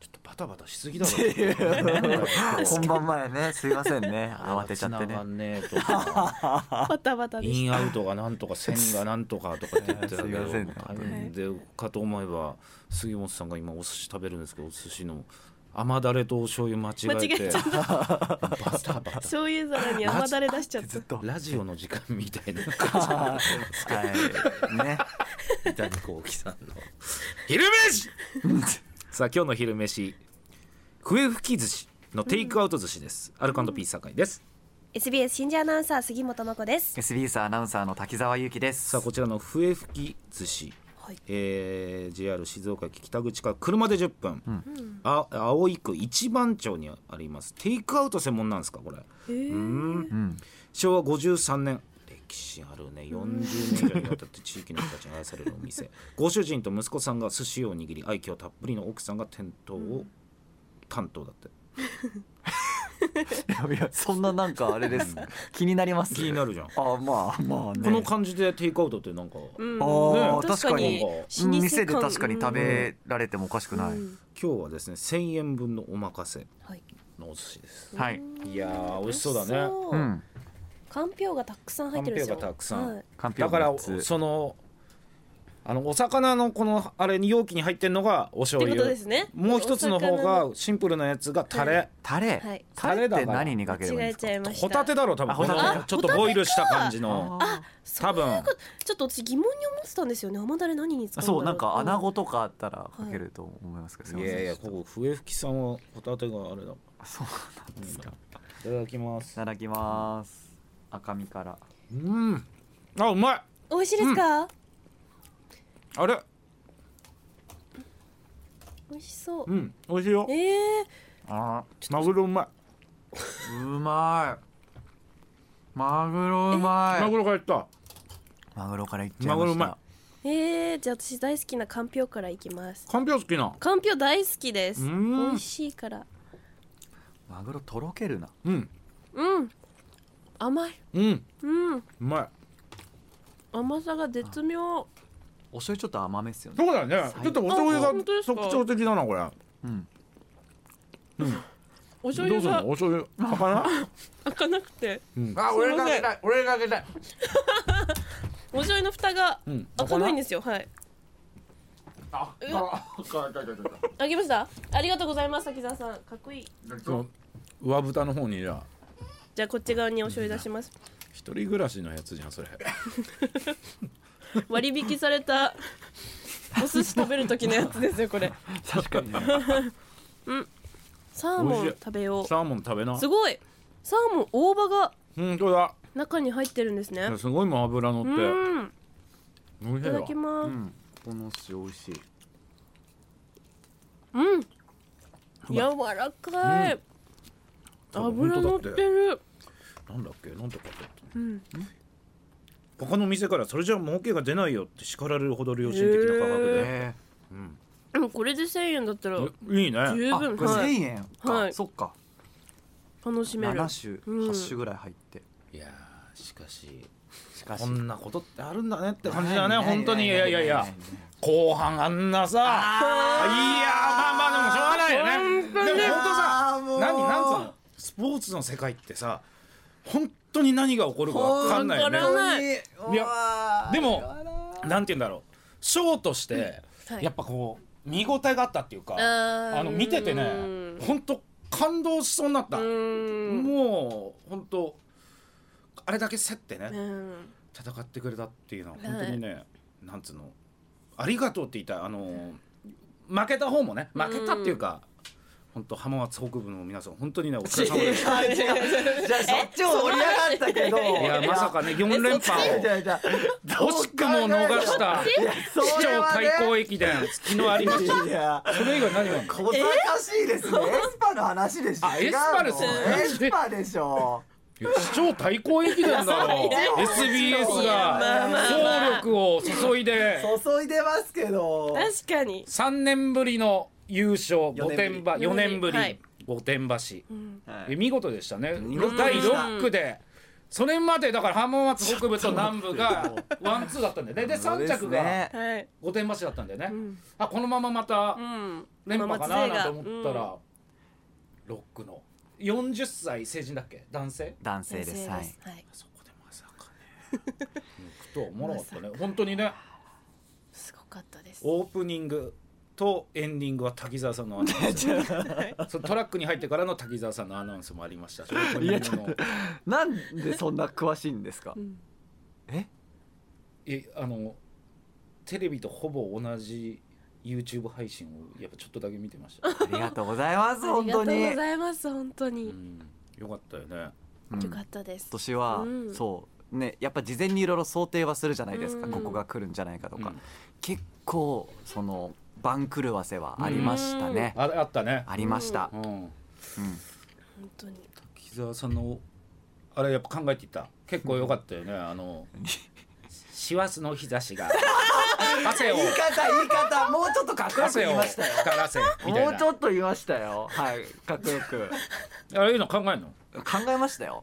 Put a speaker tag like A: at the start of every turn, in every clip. A: ちょっとバタバタしす ぎだろ
B: 本番前ねすいませんね慌てちゃっ
A: 繋
B: て
A: が
B: ね
A: んねえとか
C: バタバタで
A: イ
C: し
A: ンアウトがなんとか線がなんとかとかって言ってたけど
B: すいません
A: 大変でかと思えば杉本さんが今お寿司食べるんですけどお寿司の甘だれとお醤油間違
C: た間
A: え
C: 違
A: て
C: えちゃった
A: バタバタ
C: 醤油皿に甘だれ出しちゃっ
B: ずったと
A: ラジオの時間みたいな感じ
B: はいね
A: 三谷幸喜さんの昼飯さあ今日の昼飯笛吹き寿司のテイクアウト寿司です、アルコピース酒井です
C: SBS 新人アナウンサー杉本真子です、
B: SBS アナウンサーの滝沢由紀です
A: さあこちらの笛吹き寿司、
C: はい
A: えー JR 静岡駅北口から車で10分、
C: うん
A: あ青い区一番町にありますテイクアウト専門なんですかこれ
C: えー
A: うん
B: うん
A: 昭和53年歴史あるね40年以上にわたって地域の人たちに愛されるお 店ご主人と息子さんが寿司を握り愛嬌たっぷりの奥さんが店頭を担当だって、
B: いやそんななんかあれです気になります
A: 気になるじゃん、
B: あまあまあね
A: この感じでテイクアウトってなんか、
C: うん
B: あ
A: ね
B: ー確かに
A: なんか
C: 老舗感
B: 店で確かに食べられてもおかしくない、
C: うん
A: 今日はですね1000円分のお任せ
C: はい
A: のお寿司です
B: はい
A: いやー美味しそうだね
B: う
C: ね
B: ん
C: かんぴょうがたくさん入ってるんです
A: か
C: よ
A: んぴょうがたくさん
C: はい
B: かんぴ
A: だ
B: ょう
A: から
B: のつ
A: そのあのお魚のこのあれに容器に入ってるのがお
C: っ
A: 醤
C: てこと
A: 油
C: ですね
A: もう一つの方
C: お魚の
A: がシンプルなやつがタレ、
B: タレ、
C: はい
A: タレ
B: タレって
A: だから
B: 何にかければい
C: 間
B: いん
C: 違え
B: です
C: ち
B: か
C: ゃいました
A: ホタテだろ多分
B: あ
A: この
B: ホタテか
A: ちょっとボイルした感じの
B: あ
C: そ
A: 多
C: う
A: 分
C: ちょっと私疑問に思ってたんですよね甘だれ何に使
B: ー
C: うんだろ
B: そうなんか穴
C: と
B: 子とかあったらかけると思いますけど、
A: い
B: すいま
A: や
B: せん
A: いやここ笛吹きさんはホタテがあれだ
B: そうなんですか
A: いただきま
B: い
A: す
B: ただきます赤身から
A: うんあうまい
C: 美味しいですか
A: あれ
C: 美味しそう
A: うん美味しいよ
C: えー
B: あ
A: マグロうま
B: ーうまいマグロうま
A: い
B: い
A: マグロからいった
B: マグロからいっちゃいま
A: マグロう
B: し
A: ま
B: た
A: い
C: えーじゃあ私大好きなかんぴょうからいきます
A: かんぴょう好きな
C: かんぴょう大好きです
A: う
C: 美
A: ん
C: 味しいから
B: マグロとろけるな
A: うん
C: うん甘い
A: うん
C: うん
A: うまい
C: 甘さが絶妙
B: お醤油ちょっと甘めっすよね
A: そうだねちょっとお醤油
C: あ
A: が
C: 本当ですか
A: 特徴的だなこれ
B: うん
C: お
A: ど
C: 醤
A: う
C: 油
A: するの
C: が
A: お醤油魚
C: 開かなくて
A: うん
B: あ
C: 俺かけた
B: い俺かけたい
C: お醤油の蓋が
A: うん
C: 開かないんですよはい
B: あ
C: うわ開きましたありがとうございます滝沢さんかっこいい
A: その上蓋の方にじゃあ
C: じゃあこっち側にお醤油出します
A: 一人暮らしのやつじゃんそれ
C: 割引されたお寿司食べる時のやつですよこれ
B: 確かにね
C: サーモ
A: 美
C: ン
A: 味しい
C: 食べよ う
A: サーモン食べな
C: すごいサーモン大葉が
A: 本当だ
C: 中に入ってるんですね
A: すごいもん脂乗っ
C: う
A: て
C: ん
A: 美味
C: い
A: しい
C: ただ
A: わ
C: きま
B: う
C: す
B: んこの塩美味しい
C: うん柔らかい
A: うん
C: 油乗ってる
A: なんだっけなんとかって
C: うん
A: 他の店からそれじゃ儲けが出ないよって叱られるほど良心的な価格で、
B: え
A: うん
C: でもこれで1000円だったら
A: えいいね
C: 十
B: ーあこれ
C: 分はい
B: 1000円
C: は
B: か
C: い
B: そっか
C: 楽しめる
B: 7種
C: うん
B: 8種ぐらい入って
A: いやーしかし
B: しか
A: こんなことってあるんだねって感じだ
B: な
A: ね
B: いない
A: 本当にい
B: な
A: や
B: い
A: い
B: な
A: や
B: い
A: いや後半あんなさいやーまあまあでもしょうがないよね
C: 本当に
A: でも本当さ
B: あーもう
A: 何なんつうのスポーツの世界ってさ本当に何が起こるか分かんないよね
C: わからない
A: いやでもなんて言うんだろうショーとして、
C: はい
A: やっぱこう見応えがあったっていうか
C: あー
A: あの見ててね
C: うん
A: 本当感動しそうになった
C: うん
A: もう本当あれだけ競って
C: う
A: ね
C: ん
A: 戦ってくれたっていうのは
C: はい
A: 本当にね、なんつうのありがとうって言いたいあの負けた方もね負けたっていうか本当浜松北部の皆さん本当に ねお疲れ様でした
B: じゃあそっちも盛り上がったけど
A: いやまさかね4連覇を
B: じゃあじゃあ
A: 惜しくも逃した市
B: それ
A: 長
B: はね
A: 対抗駅伝昨日ありました
B: いや
A: それ以外何があるの
B: 小賢しいですねエスパの話でしょ
A: あ
B: 違う
A: エ
B: の
A: スパです
B: エスパでしょ
A: いや市長対抗駅伝だ ろ SBS
B: まあ
A: が
B: ま
C: あ
A: 総力を注いで
B: 注いでますけど
C: 確かに
A: 3年ぶりの優勝御殿場4
C: 四
A: 年
C: 年
A: ぶ
C: ぶり
A: り御殿場市
C: うん
B: は
A: え
B: い
A: 見事でしたね
B: 見事
A: 第
B: でした
A: 6区でそれまでだから浜松北部と南部 がワンツーだったんだよねで3着が
C: はい。
A: 御殿場市だったんだよね、
C: うん。
A: あこのまままた
C: うん。
A: 連覇かななんて思った
C: う
A: ら、
C: ん
A: ロックの40歳成人だっけ男性
B: 男性ですは
C: はいい。はい。
A: そこでまさかね抜くとは思わなか ったね本当にね
C: すごかったです。
A: オープニングとエンディングは滝沢さんのアナウンスそのトラックに入ってからの滝沢さんのアナウンスもありましたしオープニングの
B: なんでそんな詳しいんですか
C: うん。
A: えあのテレビとほぼ同じ YouTube 配信をやっぱちょっとだけ見てました、
B: ありがとうございます本当
C: ありがとう
B: に
C: ございます本当
A: う
C: に。
A: ん、よかったよね
B: うん
C: よか
B: 今
C: ったです。
B: 年は、
C: うん
B: そうねやっぱ事前にいろいろ想定はするじゃないですか、
C: うん
B: ここが来るんじゃないかとか、
A: うん
B: 結構その番狂わせはありましたね、
A: ああったね、
B: ありました
A: う、ん、
B: うん
C: 本当に。
A: 滝沢さんのあれやっぱ考えていた結構よかったよねあの師走の日差しが 汗を
B: 言い方言い方もうちょっとかっこよく
A: 汗
B: 言い
A: を
B: ましたよ
A: 光らせみたい
B: もう
A: な
B: ちょっと言いました よはいかっこよく
A: あれいうの考えるの
B: 考えましたよ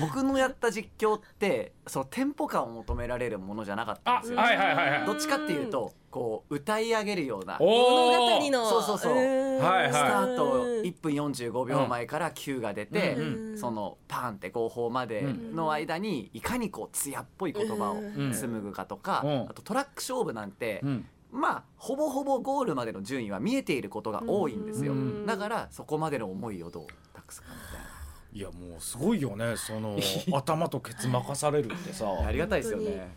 B: 僕のやった実況ってそのテンポ感を求められるものじゃなかったん
A: あ
B: ですよ
A: はいはいはいはい
B: どっちかっていうとこう歌い上げるようなス
A: お
C: 物語
A: ー
C: の。
B: そうそうそう
C: ーん
A: はいはい
B: タート
C: うん
B: 1分45秒前から Q が出て、
A: うん
B: そのパンって号砲までの間にいかにこう艶っぽい言葉を
A: ん
B: 紡ぐかとか、
A: うん
B: あとトラック勝負なんて、
A: うん
B: まあほぼほぼゴールまでの順位は見えていることが多いんですよ、
A: うん
B: だからそこまでの思いをどう託すかみたい
A: いやもうすごいよねそ の頭とケツ任されるってさ
B: なありがたいですよ
C: 本当
B: ね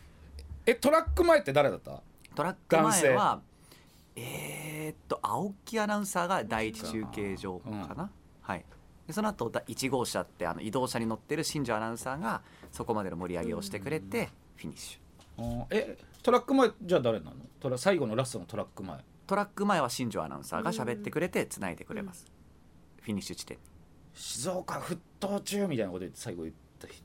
A: えトラック前って誰だった
B: トラック前はえー、っと青木アナウンサーが第一中継所かな、はいでその後だ1号車ってあの移動車に乗ってる新庄アナウンサーがそこまでの盛り上げをしてくれてフィニッシュ
A: あーえトラック前じゃあ誰なのトラ最後のラストのトラック前
B: トラック前は新庄アナウンサーが喋ってくれて繋いでくれます、フィニッシュ地点
A: 静岡沸騰中みたいなこと言って最後言った人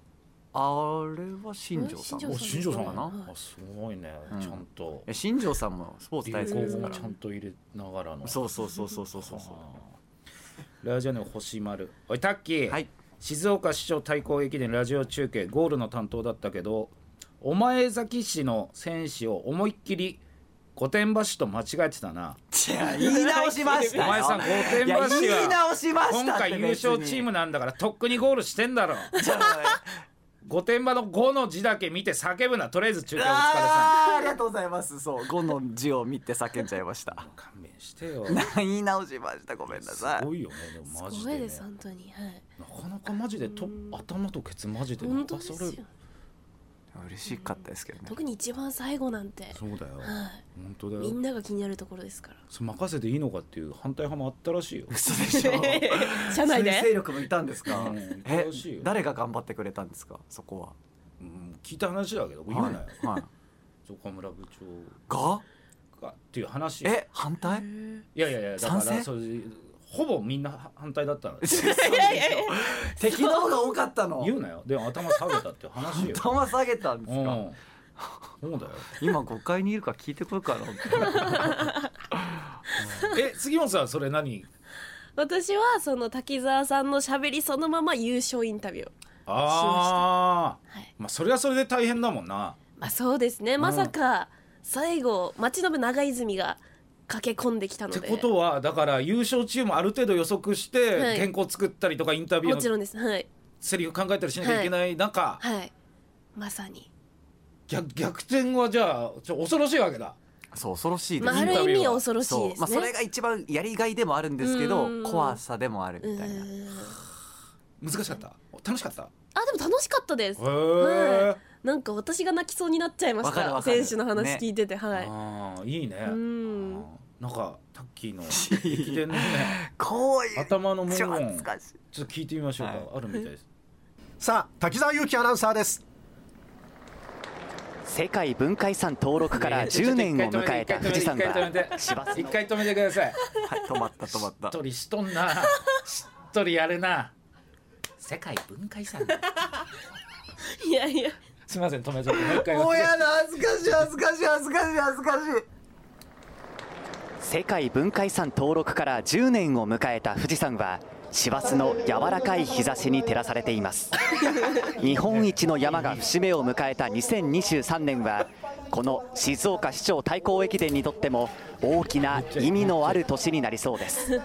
B: あれは新庄さん
C: え新
A: お
C: 庄
A: 新庄さん
B: か
A: かな
B: な
A: あすごいね、
B: うん
A: ちゃんと
B: え新庄さんもスポーツ
A: 流
B: 大好きです
A: 行
B: か
A: も
B: ら
A: ちゃんと入れながらの
B: そうそうそうそうそうそうそ
A: う
B: う
A: ラジオネーム星丸おいタッキー、
B: はい
A: 静岡市長対抗駅伝ラジオ中継ゴールの担当だったけどお前崎市の選手を思いっきり御殿場市と間違えてたな
B: 言い直しましたよ
A: お前さん御殿
B: いや
A: 場市
B: 言い
A: は
B: 直しました
A: 今
B: って
A: 回優勝チームなんだからとっくにゴールしてんだろ
B: 別にじ ゃあ
A: 御殿場の5の字だけ見て叫ぶなとりあえず中継お疲れさ
B: あーありがとうございますそう5の字を見て叫んじゃいました
A: ん勘弁してよ
B: 言い直しましたごめんな
A: す
B: さい
A: ごいよねでもマジ
C: すご
A: で、
C: い
A: ね
C: で、す本当にはい。
A: なかなかマジでと頭とケツマジで
C: 本当です
A: それ
C: よ。
B: 嬉しかったですけどね
C: 特に一番最後なんて。
A: そうだよ
C: はい。
A: 本当だ
C: み
A: よ
C: んなが気になるところですから。
A: それ任せていいのかっていう反対派もあったらしいよ
B: 嘘で しょ
C: 社
B: そういう勢
C: 内で。
B: 力もいたんですか
A: うんいた
B: え
A: らしいよ
B: 誰が頑張ってくれたんですかそこは
A: うん聞いた話だけど言うなよ、
B: はいはい
A: 岡村部
B: が
A: 長がっていう話
B: え反対
A: いやいやいやだか
B: 賛成
A: らそれほぼみんな反対だったの
B: 敵の方が多かったの
A: 言うなよでも頭下げたっていう話よ
B: 頭下げたんですか
A: うんそうだよ
B: 今5階にいるか聞いてこようかな
A: え杉本さんはそれ何
C: 私はその滝沢さんの喋りそのまま優勝インタビューを。
A: ああ、
C: はい
A: まあそれはそれで大変だもんな
C: まあそうですね。まさか最後町信長泉が駆け込んできたの
A: っ
C: で。
A: てことはだから優勝チームある程度予測し
C: は
A: て
C: い
A: 原稿作ったりとかインタビュ
C: も
A: ー
C: ち
A: の
C: ろんです。はい
A: セリフ考えたりしなきゃいけない中
C: はい。まさに。
A: 逆逆転はじゃあちょ恐ろしいわけだ
B: そう恐ろしいです
C: ま
B: ね
C: あある
A: インタビ
C: 意
A: ューは
C: 味恐ろしい
B: そ
C: で
B: うまあ
C: す
B: それ
C: ね。
B: が一番やりがいでもあるんですけど
C: うん
B: 怖さでもあるみたいな
C: うん
A: 難しかった楽しかった
C: あでも楽しかったです。
A: へ
C: なんか私が泣きそうになっちゃいまし
B: わかる
C: た
B: わかる
C: 選手の話聞いてて、はい
A: あーいいね
C: うん
A: あーなんかタッ キーの駅伝のね
B: こういう
A: 頭の文
B: 超
A: 言
B: 懐
A: ちょ
B: かしい
A: っと聞いてみましょうか
B: はい
A: あるみたいです
D: さあ滝沢祐希アナウンサーです
E: 世界文化遺産登録から
A: ねちょっと
E: 10年を迎えた富士山 が
A: 一回止めて
E: 市バス
A: 一
E: の
A: 回止めてください
B: はい止まった止まっ
A: しったとりしとんなしっとりやるな 世界文化遺産
C: いやいや
A: すいません止めちゃってもう一回
B: もうやだ恥ずかしい恥ずかしい恥ずかしい恥ずかしい
E: 世界文化遺産登録から10年を迎えた富士山は師走の柔らかい日差しに照らされています日本一の山が節目を迎えた2023年はこの静岡市長対抗駅伝にとっても大きな意味のある年になりそうです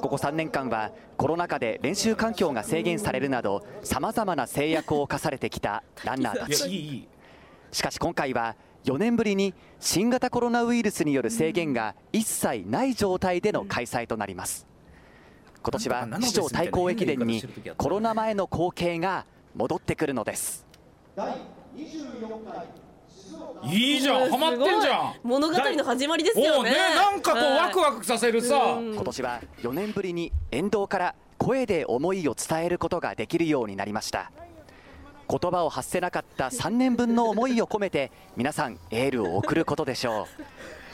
E: ここ3年間はコロナ禍で練習環境が制限されるなどさまざまな制約を課されてきたランナーた
F: いや
E: ち
F: いいいい
E: しかし今回は4年ぶりに新型コロナウイルスによる制限が一切ない状態での開催となります今年
F: なんと
E: は
F: か
E: 市長対抗駅伝
F: なん
E: に
F: とかしてる時あったね
E: コロナ前の光景が戻ってくるのです
A: いいじゃんハマってんじゃん
C: すごい物語の始まりです
A: お
C: よ
A: う
C: ね
A: ねなんかこう
C: はい
A: ワクワクさせるさ
E: 今年は4年ぶりに沿道から声で思いを伝えることができるようになりました言葉を発せなかった3年分の思いを込めて皆さんエールを送ることでしょう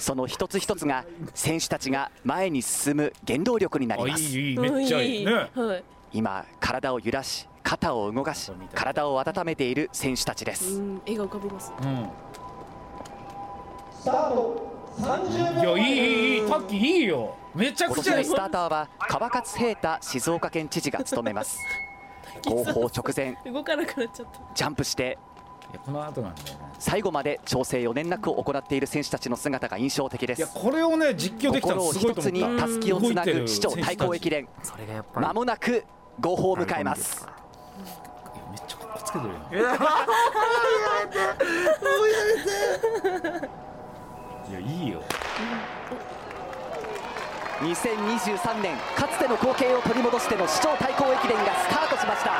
E: その一つ一つが選手たちが前に進む原動力になり
A: あい
E: ます
A: いいいめっちゃいいね
C: はい
E: 今体を揺らし肩を動かし体を温めている選手たちで
C: う
E: す
C: ん、絵が浮かびます
A: いやいいいいいいタッキーいいよめちゃ
E: 今
A: く
E: 年
A: ちゃい
E: の
A: い
E: スターターは川勝平太静岡県知事が務 めます号砲直前
C: 動かなくなっちゃった
E: ジャンプして
A: いやこの後なんだよね
E: 最後まで調整余念なく行っている選手たちの姿が印象的で
A: いや
E: す
A: これをね実況できた
E: 心
A: の
E: を
A: すご
E: 一
A: いと
E: つに
A: 思った
E: たすきをつなぐ市長
A: 動いてる
E: 対抗駅伝
B: それがやっぱり
E: まもなく号砲を迎えます
A: めっちゃかっこつけてるやんいやいいよ
E: 2023年かつての光景を取り戻しての市長対抗駅伝がスタートしました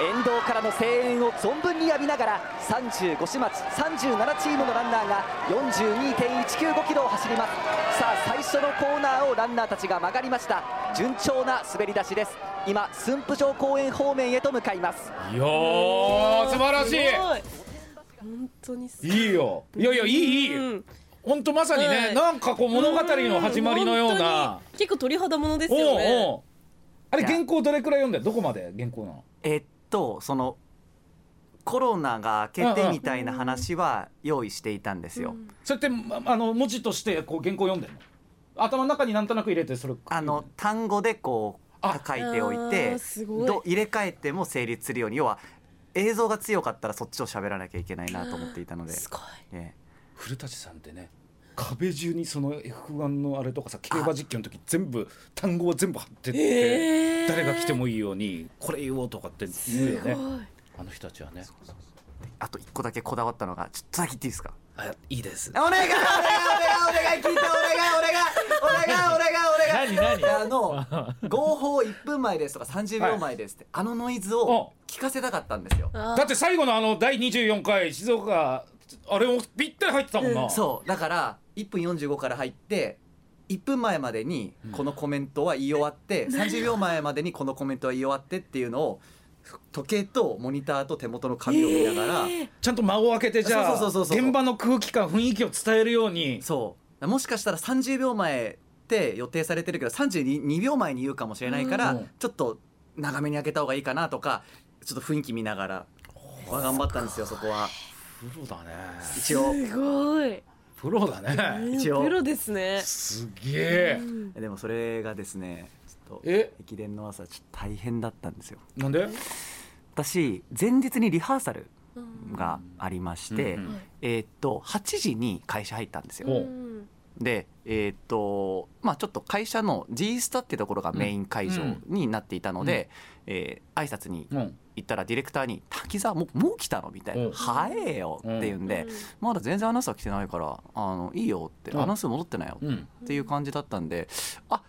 E: 沿道からの声援を存分に浴びながら35市町37チームのランナーが42.195キロを走りますさあ最初のコーナーをランナーたちが曲がりました順調な滑り出しです今駿府城公園方面へと向かいます
A: いやー素晴らし
C: す
A: い
C: ごい本当にす
A: いいよいやいやいいいい
C: うん
A: 本当まさにね、
C: はい
A: なんかこう物語の始まりのよう
C: ん本
A: な
C: 当に結構鳥肌ものです
A: おう
C: よね
A: おうあれ原稿どれくらい読んだよどこまで原稿なの
B: えっとそのコロナが明けてみたいな話は用意していたんですよ、
A: それってまあの文字としてこう原稿読んでんの頭の中になんとなく入れてそれ
B: あの単語でこう
A: あ
B: 書いておいて
C: あーすごい
B: ど入れ替えても成立するように要は映像が強かったらそっちを喋らなきゃいけないなと思っていたので、
C: すごい
B: ええ
A: 古舘さんってね壁中にその F1 のあれとかさ競馬実況の時全部単語を全部貼ってって、
C: えー
A: 誰が来てもいいようにこれ言おうとかって言うよね
C: すごい
A: あの人たちはね
B: あと一個だけこだわったのがちょっとだけ言っていいですか
F: あいいです
B: お願いお願いお願いお願い聞いてお願いお願いお願いお願いお願い何何あの合法1分前ですとか30秒前ですって、あのノイズを聞かせたかったんですよ
C: あ
A: だって最後のあの第24回静岡あれもぴったり入ってたもんな、
B: そうだから1分45から入って1分前までにこのコメントは言い終わって、30秒前までにこのコメントは言い終わってっていうのを時計とモニターと手元の紙を見ながら、
A: ちゃんと間を空けてじゃあ
B: そうそうそうそう
A: 現場の空気感雰囲気を伝えるように
B: そうもしかしたら30秒前って予定されてるけど32秒前に言うかもしれないから、
A: うん
B: ちょっと長めに開けた方がいいかなとかちょっと雰囲気見ながら頑張ったんですよそこは
A: プロだね
B: 一応
C: すごい
A: プロだね
B: 一応
C: プロですね
A: すげえ
B: でもそれがですねちょっと
A: え
B: 駅伝の朝ちょっと大変だったんですよ
A: なんで
B: 私前日にリハーサルがありまして、
A: うんうん
B: えーっと8時に会社入ったんですよ、
A: お
C: うん
B: でえーっとまあちょっと会社の G スタってところがメイン会場になっていたので、えー挨拶に
A: うん
B: 行ったらディレクターに「滝沢もうもう来たの?」みたいな
A: う
B: 「
A: ん
B: 早えよ」って言うんで「まだ全然アナウンサー来てないからあのいいよ」って
A: う
B: 「
A: ん
B: アナウンス戻ってないよ」
A: うん
B: っていう感じだったんで「あ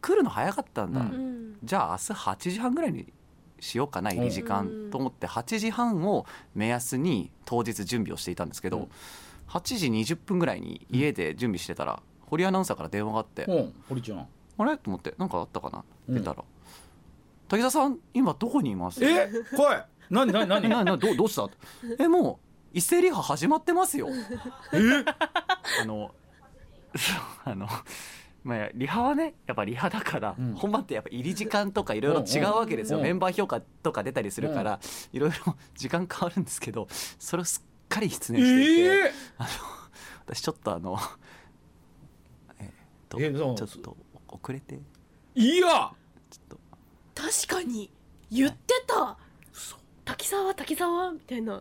B: 来るの早かったんだ」
A: う
C: うんん
B: じゃあ明日8時半ぐらいにしようかな入り時
C: う
B: 間
C: ん
B: と思って8時半を目安に当日準備をしていたんですけ
A: うん
B: ど8時20分ぐらいに家で準備してたら堀アナウンサーから電話があって
A: うん堀ちゃん
B: 「あれ?」と思って「何かあったかな?」
A: うん
B: 出たら「滝沢さん今どこにいます?」
A: え来い何何 何
B: ななどうどうした?」えもう一斉リハ始まってますよ」 あの そうあのまあリハはねやっぱリハだから、
A: うん
B: 本番ってやっぱ入り時間とかいろいろ違うわけですよ、
A: うん
B: メンバー評価とか出たりするからいろいろ時間変わるんですけどそれをすっかり失念していて、
A: え
B: 私ちょっとあのえっと
A: えそう
B: ちょっと遅れて
A: ー、いや
B: ちょっと
C: 確かに言ってた滝沢滝沢みたいな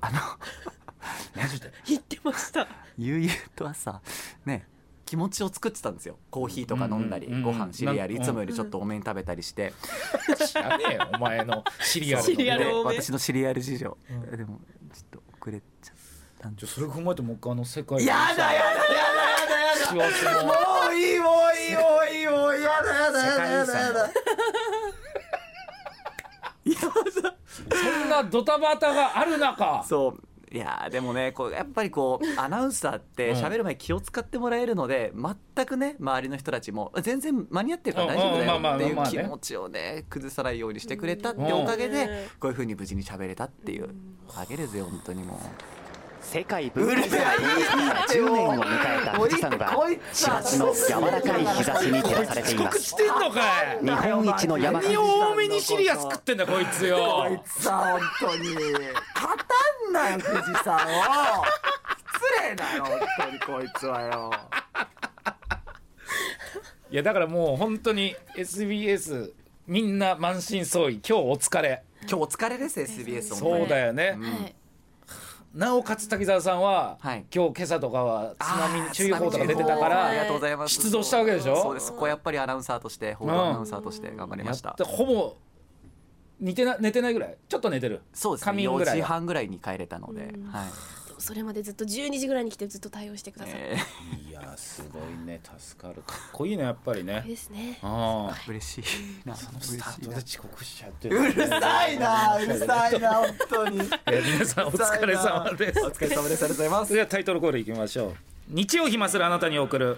C: 言ってました
B: 悠々と朝ね気持ちを作ってたんですよコーヒーとか飲んだり、
A: うんうんうん
B: ご飯シリアル
A: ない
B: つもよりちょっと多めに食べたりして、
A: 知らねえよお前のシリアルの
C: シリアル
B: で
C: 多め
B: 私のシリアル事情、でもちょっと遅れちゃったんで
A: じゃあそれ踏まえてもう一回あの世界
B: やだや
A: だやだ幸せの
B: もういいもういいもういいもうやだやだ
A: 世界遺産のそんなドタバタがある中
B: そういやーでもねこうやっぱりこうアナウンサーって喋る前気を使ってもらえるので、全くね周りの人たちも全然間に合ってるから大丈夫だ
A: うんうんまあまあ
B: よ
A: まあま
B: っ
A: あ
B: てい
A: ね
B: う気持ちをね崩さないようにしてくれたって
A: うん
B: おかげ
C: うん
B: でこういうふうに無事に喋れたっていうおかげですよ本当にもう
E: 世界文化遺産から10年を迎えた富士山は芝地の柔らかい日差しに照らされていま
A: 告知
E: す
A: してんのかい
E: 日本一の山
A: 何を多めにシリアス食ってんだこいつよ
B: さあ本当に勝たんなよ富士山を失礼だよ本当にこいつはよ
A: いやだからもう本当に SBS みんな満身創痍今日お疲れ
B: 今日お疲れです SBS 本当に
A: そうだよね、
C: はい
A: なおかつ滝沢さんは、
B: はい
A: 今日今朝とかは津波注意報とか出てた
C: 津波注意報
A: か
C: はい
A: ら
B: あり
A: や
B: がとうございます
A: 出動したわけでしょ
B: そうですそこはやっぱりアナウンサーとして報道アナウンサーとして頑張りま
A: っ
B: した
A: たほぼ寝てな寝てないぐらいちょっと寝てる
B: そうですね
A: 仮眠ぐら
B: 4
A: い
B: 時
A: は
B: 半ぐらいに帰れたので、はい
C: でもそれまでずっと12時ぐらいに来てずっと対応してくださって
B: え
G: いやーすごいね助かるかっこいいねやっぱりね
C: ですね
A: あ
B: ー、嬉しいな嬉しい
A: あ後で
B: な
A: 遅刻しちゃってる
B: うるさいなうるさいな本当 に
A: いや皆さんお疲れ様です
B: お疲れ様ですありがとうございます
A: ではタイトルコールいきましょう日曜暇するあなたに送る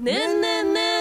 C: ねんねんねん